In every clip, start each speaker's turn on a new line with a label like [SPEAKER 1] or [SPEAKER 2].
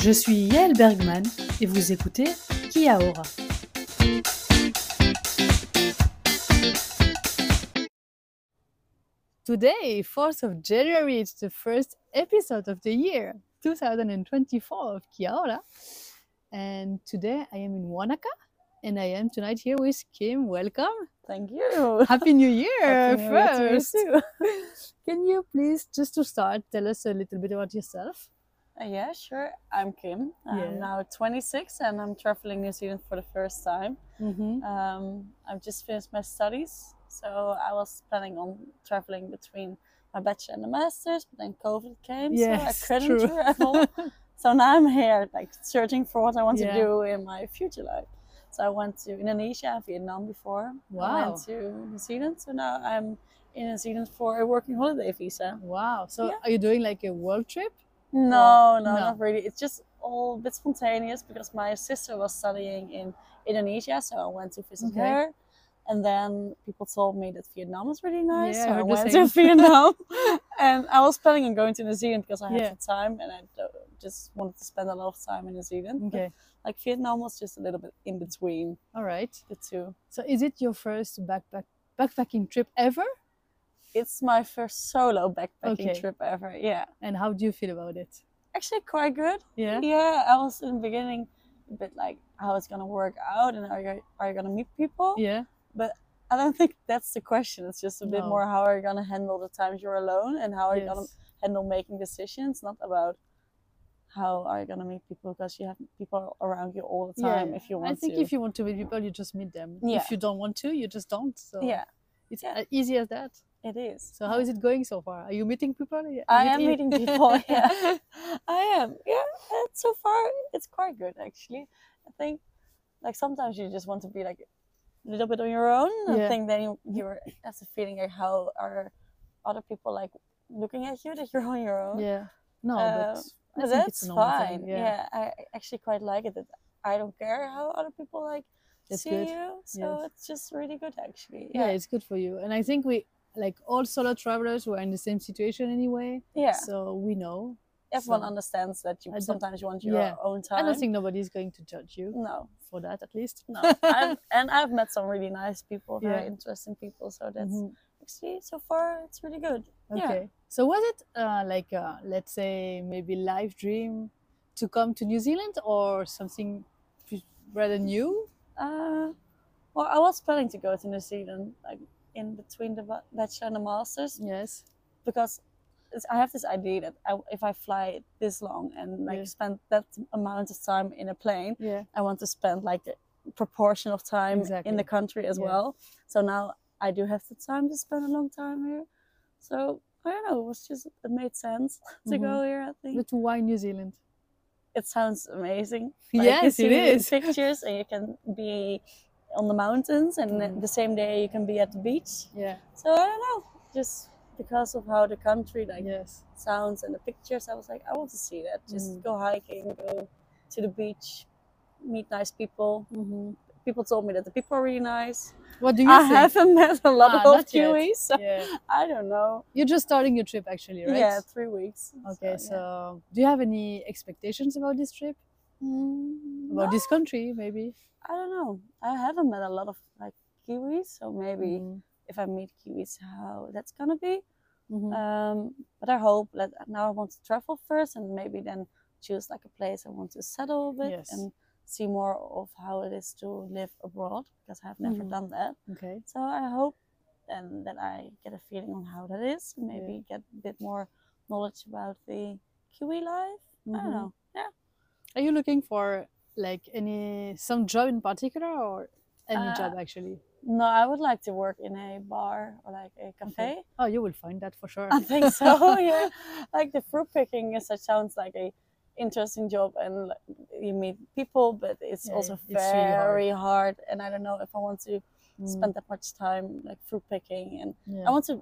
[SPEAKER 1] Je suis Yael Bergman et vous écoutez Kia Ora.
[SPEAKER 2] Today, 4th of January, it's the first episode of the year 2024 of Kia Ora. And today I am in Wanaka and I am tonight here with Kim. Welcome.
[SPEAKER 3] Thank you.
[SPEAKER 2] Happy New Year
[SPEAKER 3] Happy New Year to you
[SPEAKER 2] first.
[SPEAKER 3] too.
[SPEAKER 2] Can you please, just to start, tell us a little bit about yourself?
[SPEAKER 3] Uh, yeah, sure. I'm Kim. I'm
[SPEAKER 2] Yeah.
[SPEAKER 3] now 26 and I'm traveling New Zealand for the first time.
[SPEAKER 2] Mm-hmm.
[SPEAKER 3] Um, I've just finished my studies, so I was planning on traveling between my bachelor and the master's, but then COVID came,
[SPEAKER 2] Yes,
[SPEAKER 3] so I couldn't
[SPEAKER 2] true.
[SPEAKER 3] travel. so now I'm here, like searching for what I want
[SPEAKER 2] Yeah.
[SPEAKER 3] to do in my future life. So I went to Indonesia and Vietnam before. I
[SPEAKER 2] Wow.
[SPEAKER 3] went to New Zealand, so now I'm in New Zealand for a working holiday visa.
[SPEAKER 2] Wow. So
[SPEAKER 3] Yeah.
[SPEAKER 2] are you doing like a world trip?
[SPEAKER 3] No,
[SPEAKER 2] Or-
[SPEAKER 3] no,
[SPEAKER 2] no.
[SPEAKER 3] not really. It's just all a bit spontaneous because my sister was studying in Indonesia, so I went to visit
[SPEAKER 2] Okay.
[SPEAKER 3] her. And then people told me that Vietnam is really nice,
[SPEAKER 2] Yeah, I
[SPEAKER 3] so I
[SPEAKER 2] heard the
[SPEAKER 3] went
[SPEAKER 2] same.
[SPEAKER 3] to Vietnam. and I was planning on going to New Zealand because I had
[SPEAKER 2] Yeah.
[SPEAKER 3] the time and I do- just wanted to spend a lot of time in New Zealand. But,
[SPEAKER 2] Okay.
[SPEAKER 3] Like Vietnam was just a little bit in between
[SPEAKER 2] All right.
[SPEAKER 3] the two.
[SPEAKER 2] So is it your first backpack backpacking trip ever?
[SPEAKER 3] It's my first solo backpacking
[SPEAKER 2] Okay.
[SPEAKER 3] trip ever. Yeah,
[SPEAKER 2] And how do you feel about it?
[SPEAKER 3] actually quite good.
[SPEAKER 2] Yeah.
[SPEAKER 3] Yeah, I was in the beginning a bit like how it's gonna work out and are you are you gonna meet people?
[SPEAKER 2] Yeah.
[SPEAKER 3] I don't think that's the question. It's just a bit
[SPEAKER 2] No.
[SPEAKER 3] more how are you gonna handle the times you're alone and how are you gonna
[SPEAKER 2] Yes.
[SPEAKER 3] handle making decisions, not about how are you gonna meet people because you have people around you all the
[SPEAKER 2] Yeah,
[SPEAKER 3] time if you want
[SPEAKER 2] I think
[SPEAKER 3] to.
[SPEAKER 2] if you want to meet people, you just meet them.
[SPEAKER 3] Yeah.
[SPEAKER 2] If you don't want to, you just don't. So
[SPEAKER 3] yeah,
[SPEAKER 2] it's
[SPEAKER 3] Yeah.
[SPEAKER 2] as easy as that.
[SPEAKER 3] it is.
[SPEAKER 2] So how is it going so far? Are you meeting people? Are you
[SPEAKER 3] I am meeting people. Yeah, I am. Yeah, and so far it's quite good actually. I think like sometimes you just want to be like a little bit on your own.
[SPEAKER 2] Yeah.
[SPEAKER 3] I think then you, you're that's a feeling like how are other people like looking at you that you're on your own.
[SPEAKER 2] Yeah. No,
[SPEAKER 3] Uh,
[SPEAKER 2] but
[SPEAKER 3] But
[SPEAKER 2] I think it's
[SPEAKER 3] that's
[SPEAKER 2] a normal
[SPEAKER 3] fine.
[SPEAKER 2] thing,
[SPEAKER 3] Yeah. I I actually quite like it. That I don't care how other people like
[SPEAKER 2] That's
[SPEAKER 3] see
[SPEAKER 2] good.
[SPEAKER 3] you. So
[SPEAKER 2] Yes.
[SPEAKER 3] it's just really good actually.
[SPEAKER 2] yeah.
[SPEAKER 3] Yeah.
[SPEAKER 2] it's good for you. And I think we like all solo travelers were in the same situation anyway.
[SPEAKER 3] Yeah.
[SPEAKER 2] So we know.
[SPEAKER 3] Everyone
[SPEAKER 2] so-
[SPEAKER 3] understands that you
[SPEAKER 2] I don't-
[SPEAKER 3] sometimes you want your
[SPEAKER 2] yeah.
[SPEAKER 3] own time.
[SPEAKER 2] I don't think nobody is going to judge you
[SPEAKER 3] no.
[SPEAKER 2] for that at least.
[SPEAKER 3] no I've, and i've met some really nice people very
[SPEAKER 2] Yeah.
[SPEAKER 3] interesting people so that's
[SPEAKER 2] Mhm.
[SPEAKER 3] actually so far it's really good yeah.
[SPEAKER 2] Okay. So was it uh, like uh, let's say maybe life dream to come to New Zealand or something rather new?
[SPEAKER 3] uh, well i was planning to go to new zealand like in between the ba- bachelor and the masters
[SPEAKER 2] Yes.
[SPEAKER 3] because it's, i have this idea that I, if i fly this long and like
[SPEAKER 2] Yeah.
[SPEAKER 3] spend that amount of time in a plane
[SPEAKER 2] Yeah.
[SPEAKER 3] i want to spend like a proportion of time in
[SPEAKER 2] Exactly.
[SPEAKER 3] the country as
[SPEAKER 2] Yeah.
[SPEAKER 3] well so now i do have the time to spend a long time here so i don't know it was just it made sense to
[SPEAKER 2] Mhm.
[SPEAKER 3] go here i think
[SPEAKER 2] But why New Zealand?
[SPEAKER 3] it sounds amazing. Like, you
[SPEAKER 2] yes,
[SPEAKER 3] see
[SPEAKER 2] it is.
[SPEAKER 3] Pictures and you can be on the mountains, and
[SPEAKER 2] Mm.
[SPEAKER 3] the same day you can be at the beach.
[SPEAKER 2] Yeah.
[SPEAKER 3] So I don't know, just because of how the country like
[SPEAKER 2] yes.
[SPEAKER 3] sounds and the pictures, I was like, I want to see that. Just
[SPEAKER 2] Mm.
[SPEAKER 3] go hiking, go to the beach, meet nice people.
[SPEAKER 2] Mm-hmm.
[SPEAKER 3] People told me that the people are really nice.
[SPEAKER 2] What do you
[SPEAKER 3] I
[SPEAKER 2] think?
[SPEAKER 3] haven't met a lot
[SPEAKER 2] Ah,
[SPEAKER 3] of
[SPEAKER 2] not yet.
[SPEAKER 3] Kiwis, so
[SPEAKER 2] Yeah.
[SPEAKER 3] I don't know.
[SPEAKER 2] You're just starting your trip actually, right?
[SPEAKER 3] Yeah, three weeks.
[SPEAKER 2] Okay.
[SPEAKER 3] yeah.
[SPEAKER 2] So, do you have any expectations about this trip?
[SPEAKER 3] Mm,
[SPEAKER 2] About
[SPEAKER 3] no.
[SPEAKER 2] this country, maybe?
[SPEAKER 3] I don't know. I haven't met a lot of like Kiwis, so maybe
[SPEAKER 2] Mhm.
[SPEAKER 3] if I meet Kiwis, how that's gonna be.
[SPEAKER 2] Mhm.
[SPEAKER 3] Um, but I hope that now I want to travel first, and maybe then choose like a place I want to settle a bit
[SPEAKER 2] Yes.
[SPEAKER 3] and see more of how it is to live abroad because I've never
[SPEAKER 2] Mhm.
[SPEAKER 3] done that.
[SPEAKER 2] okay.
[SPEAKER 3] So I hope then that I get a feeling on how that is, and
[SPEAKER 2] Yeah.
[SPEAKER 3] maybe get a bit more knowledge about the Kiwi life. I
[SPEAKER 2] Mhm.
[SPEAKER 3] don't know. Yeah.
[SPEAKER 2] Are you looking for like any some job in particular or any
[SPEAKER 3] Uh,
[SPEAKER 2] job actually?
[SPEAKER 3] No, I would like to work in a bar or like a cafe.
[SPEAKER 2] Oh, you will find that for sure.
[SPEAKER 3] I think so. yeah, like the fruit picking is, it sounds like a interesting job, and like, you meet people, but it's
[SPEAKER 2] Yeah,
[SPEAKER 3] also
[SPEAKER 2] yeah, it's really hard.
[SPEAKER 3] very hard. And I don't know if I want to
[SPEAKER 2] Mm,
[SPEAKER 3] spend that much time like fruit picking, and
[SPEAKER 2] yeah.
[SPEAKER 3] I want to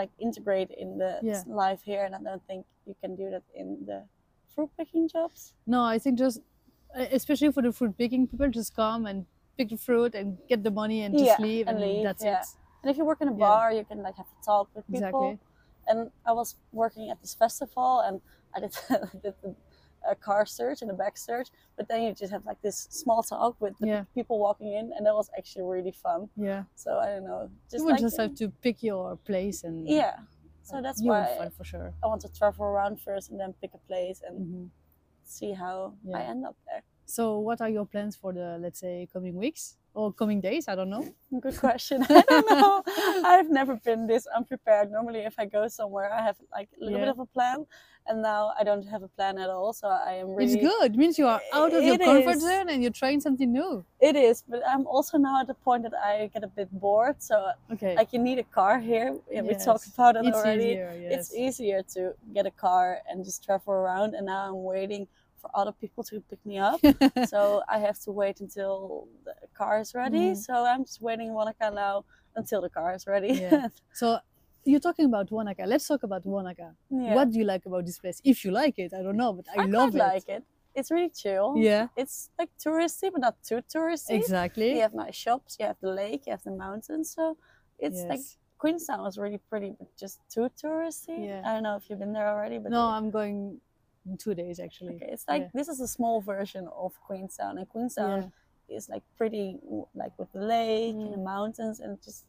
[SPEAKER 3] like integrate in the
[SPEAKER 2] Yeah.
[SPEAKER 3] life here, and I don't think you can do that in the fruit picking jobs.
[SPEAKER 2] No, I think just e- especially for the fruit picking, people just come and pick the fruit and get the money and just
[SPEAKER 3] Yeah,
[SPEAKER 2] leave and,
[SPEAKER 3] and leave,
[SPEAKER 2] that's
[SPEAKER 3] yeah.
[SPEAKER 2] it.
[SPEAKER 3] And if you work in a
[SPEAKER 2] Yeah.
[SPEAKER 3] bar, you can like have a talk with people.
[SPEAKER 2] Exactly.
[SPEAKER 3] and I was working at this festival and I did, did the a car search and a back search, but then you just have like this small talk with the
[SPEAKER 2] Yeah.
[SPEAKER 3] people walking in, and that was actually really fun.
[SPEAKER 2] Yeah.
[SPEAKER 3] So I don't know, just
[SPEAKER 2] you would
[SPEAKER 3] like-
[SPEAKER 2] just have to pick your place and
[SPEAKER 3] yeah. So that's
[SPEAKER 2] you
[SPEAKER 3] why
[SPEAKER 2] will find for sure.
[SPEAKER 3] I want to travel around first and then pick a place and
[SPEAKER 2] Mhm.
[SPEAKER 3] see how I
[SPEAKER 2] Yeah.
[SPEAKER 3] end up there.
[SPEAKER 2] So what are your plans for the let's say coming weeks or coming days? I don't know.
[SPEAKER 3] Good question. I don't know. I've never been this unprepared. Normally, if I go somewhere, I have like a little
[SPEAKER 2] Yeah.
[SPEAKER 3] bit of a plan, and now I don't have a plan at all. So I am really
[SPEAKER 2] It's good. It means you are out of your
[SPEAKER 3] It
[SPEAKER 2] comfort
[SPEAKER 3] is.
[SPEAKER 2] zone and you're trying something new.
[SPEAKER 3] It is, but I'm also now at the point that I get a bit bored. So
[SPEAKER 2] Okay.
[SPEAKER 3] like, you need a car here. Yeah, We talked
[SPEAKER 2] Yes.
[SPEAKER 3] about it
[SPEAKER 2] it's
[SPEAKER 3] already.
[SPEAKER 2] easier. Yes.
[SPEAKER 3] It's easier to get a car and just travel around. And now I'm waiting for other people to pick me up. so I have to wait until the car is ready.
[SPEAKER 2] Mhm.
[SPEAKER 3] So I'm just waiting in Wanaka now until the car is ready.
[SPEAKER 2] Yeah. so you're talking about Wanaka. Let's talk about Wanaka.
[SPEAKER 3] Yeah.
[SPEAKER 2] What do you like about this place? If you like it, I don't know, but I,
[SPEAKER 3] I
[SPEAKER 2] love
[SPEAKER 3] quite like it. It's really chill.
[SPEAKER 2] Yeah.
[SPEAKER 3] It's like touristy, but not too touristy.
[SPEAKER 2] Exactly.
[SPEAKER 3] You have nice shops. You have the lake. You have the mountains. So it's like
[SPEAKER 2] Yes.
[SPEAKER 3] Queenstown was really pretty, but just too touristy.
[SPEAKER 2] Yeah.
[SPEAKER 3] I don't know if you've been there already, but
[SPEAKER 2] No, I'm going in two days actually.
[SPEAKER 3] okay, it's like
[SPEAKER 2] yeah.
[SPEAKER 3] this is a small version of Queenstown, and Queenstown is like pretty, w- like with the lake and the mountains, and it just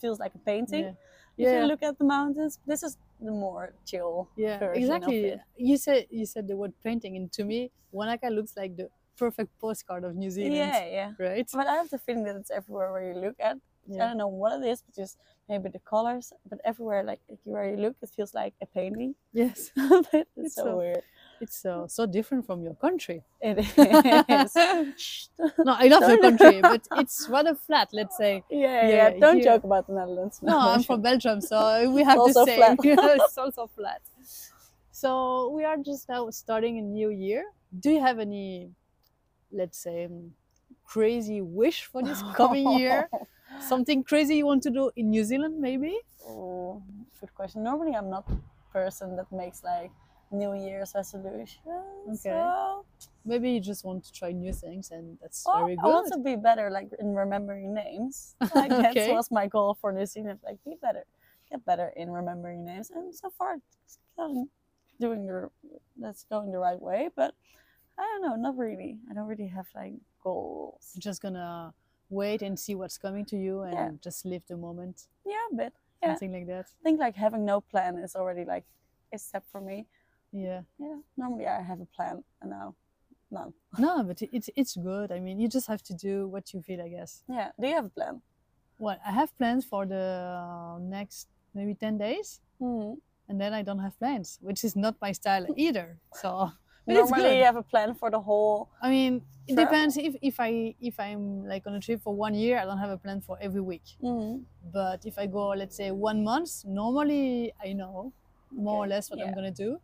[SPEAKER 3] feels like a painting.
[SPEAKER 2] Mm. Yeah.
[SPEAKER 3] If
[SPEAKER 2] Yeah.
[SPEAKER 3] you look at the mountains, this is the more chill.
[SPEAKER 2] Yeah,
[SPEAKER 3] version of
[SPEAKER 2] exactly.
[SPEAKER 3] it.
[SPEAKER 2] You said you said the word painting, and to me, Wanaka looks like the perfect postcard of New Zealand.
[SPEAKER 3] Yeah, yeah.
[SPEAKER 2] Right?
[SPEAKER 3] But I have the feeling that it's everywhere where you look at. I
[SPEAKER 2] Yeah.
[SPEAKER 3] don't know what it is, but just maybe the colors. But everywhere, like where you look, it feels like a painting.
[SPEAKER 2] Yes.
[SPEAKER 3] it's,
[SPEAKER 2] It's
[SPEAKER 3] so,
[SPEAKER 2] so-
[SPEAKER 3] weird.
[SPEAKER 2] It's so so different from your country.
[SPEAKER 3] It is. Shh.
[SPEAKER 2] No, I love your
[SPEAKER 3] Sorry.
[SPEAKER 2] country, but it's rather flat, let's say.
[SPEAKER 3] yeah, yeah,
[SPEAKER 2] Yeah,
[SPEAKER 3] Don't
[SPEAKER 2] here-
[SPEAKER 3] joke about the Netherlands.
[SPEAKER 2] No, I'm from Belgium, so we have
[SPEAKER 3] also
[SPEAKER 2] to say
[SPEAKER 3] flat.
[SPEAKER 2] it's also flat. So we are just now starting a new year. Do you have any, let's say, um, crazy wish for this coming year? Something crazy you want to do in New Zealand, maybe?
[SPEAKER 3] Oh, good question. Normally, I'm not the person that makes like New Year's resolutions.
[SPEAKER 2] Okay.
[SPEAKER 3] so-
[SPEAKER 2] Maybe you just want to try new things, and that's
[SPEAKER 3] Well,
[SPEAKER 2] very
[SPEAKER 3] I
[SPEAKER 2] good.
[SPEAKER 3] want to be better, like in remembering names. Like
[SPEAKER 2] Okay.
[SPEAKER 3] that was my goal for New Zealand. Like be better, get better in remembering names. And so far, it's going- doing the that's going the right way. But I don't know, not really. I don't really have like goals.
[SPEAKER 2] You're just gonna wait and see what's coming to you, and
[SPEAKER 3] Yeah.
[SPEAKER 2] just live the moment,
[SPEAKER 3] Yeah, but Yeah.
[SPEAKER 2] something like that.
[SPEAKER 3] I think like having no plan is already like a step for me.
[SPEAKER 2] Yeah.
[SPEAKER 3] Yeah, normally I have a plan, and now none.
[SPEAKER 2] No, but it- it's it's good. I mean, you just have to do what you feel, I guess.
[SPEAKER 3] Yeah, do you have a plan?
[SPEAKER 2] Well, I have plans for the uh, next maybe ten days,
[SPEAKER 3] Mm-hmm.
[SPEAKER 2] and then I don't have plans, which is not my style either. So, but it's
[SPEAKER 3] Normally, you
[SPEAKER 2] good.
[SPEAKER 3] have a plan for the whole.
[SPEAKER 2] I mean, it
[SPEAKER 3] Sure.
[SPEAKER 2] depends. If if I if I'm like on a trip for one year, I don't have a plan for every week. Mm-hmm. But if I go, let's say, one month, normally I know more or
[SPEAKER 3] Okay,
[SPEAKER 2] less what I'm
[SPEAKER 3] yeah.
[SPEAKER 2] gonna do,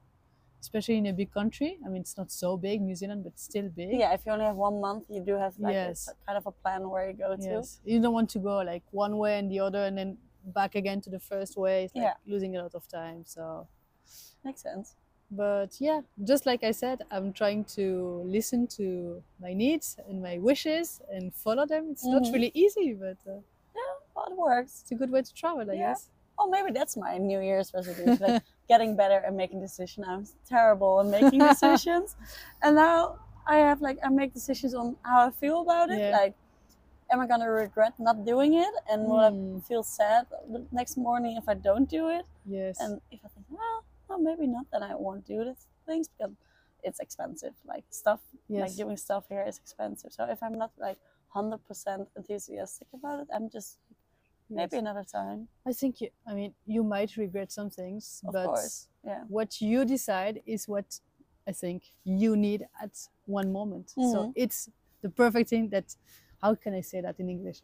[SPEAKER 2] especially in a big country. I mean, it's not so big, New Zealand, but still big.
[SPEAKER 3] Yeah, if you only have one month, you do have like a
[SPEAKER 2] Yes.
[SPEAKER 3] s- kind of a plan where you go to.
[SPEAKER 2] Yes. You don't want to go like one way and the other and then back again to the first way. It's like
[SPEAKER 3] Yeah.
[SPEAKER 2] losing a lot of time. So,
[SPEAKER 3] Makes sense.
[SPEAKER 2] but yeah, just like I said, I'm trying to listen to my needs and my wishes and follow them. It's not
[SPEAKER 3] Mhm.
[SPEAKER 2] really easy, but uh,
[SPEAKER 3] Well, it works.
[SPEAKER 2] it's a good way to travel, I
[SPEAKER 3] Yeah.
[SPEAKER 2] guess.
[SPEAKER 3] Oh, maybe that's my New Year's resolution. like getting better and making decisions. I'm terrible at making decisions. and now I have like, I make decisions on how I feel about it.
[SPEAKER 2] Yeah.
[SPEAKER 3] Like, am I going to regret not doing it? And will I
[SPEAKER 2] Mm.
[SPEAKER 3] feel sad the next morning if I don't do it?
[SPEAKER 2] Yes.
[SPEAKER 3] And if I think, well, no, maybe not, then I won't do these things because it's expensive. Like stuff, like
[SPEAKER 2] yes.
[SPEAKER 3] doing stuff here is expensive. So if I'm not like hundred percent enthusiastic about it, I'm just
[SPEAKER 2] yes.
[SPEAKER 3] maybe another time.
[SPEAKER 2] I think you, I mean you might regret some things,
[SPEAKER 3] Of
[SPEAKER 2] but
[SPEAKER 3] course, yeah.
[SPEAKER 2] what you decide is what I think you need at one moment. So
[SPEAKER 3] Mhm.
[SPEAKER 2] it's the perfect thing that how can I say that in English?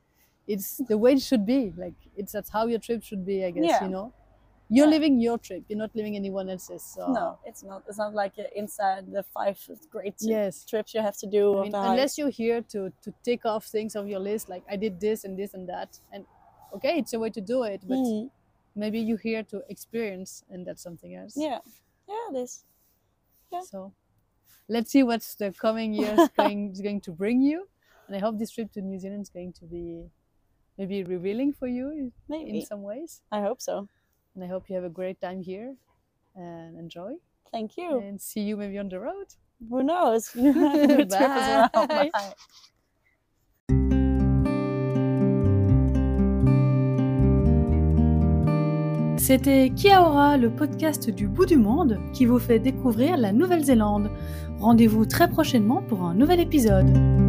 [SPEAKER 2] It's the way it should be. Like it's that's how your trip should be, I guess,
[SPEAKER 3] Yeah.
[SPEAKER 2] you know. You're
[SPEAKER 3] Yeah.
[SPEAKER 2] living your trip, you're not living anyone else's. So
[SPEAKER 3] No, it's not. It's not like you're inside the five great
[SPEAKER 2] yes.
[SPEAKER 3] trips you have to do.
[SPEAKER 2] I
[SPEAKER 3] of
[SPEAKER 2] mean,
[SPEAKER 3] the hike.
[SPEAKER 2] unless you're here to to tick off things of your list, like I did this and this and that, and okay, it's a way to do it, but
[SPEAKER 3] Mhm.
[SPEAKER 2] maybe you're here to experience, and that's something else.
[SPEAKER 3] yeah, yeah, this. Yeah.
[SPEAKER 2] So let's see what's the coming years going is going to bring you. And I hope this trip to New Zealand is going to be maybe revealing for you i-
[SPEAKER 3] Maybe
[SPEAKER 2] in some ways.
[SPEAKER 3] I hope so.
[SPEAKER 2] And I hope you have a great time here and enjoy
[SPEAKER 3] Thank you.
[SPEAKER 2] and see you maybe on the road.
[SPEAKER 3] Who knows? You have to trip as well.
[SPEAKER 4] Bye.
[SPEAKER 3] Bye.
[SPEAKER 2] C'était Kia Ora, le podcast du bout du monde qui vous fait découvrir la Nouvelle-Zélande. Rendez-vous très prochainement pour un nouvel épisode.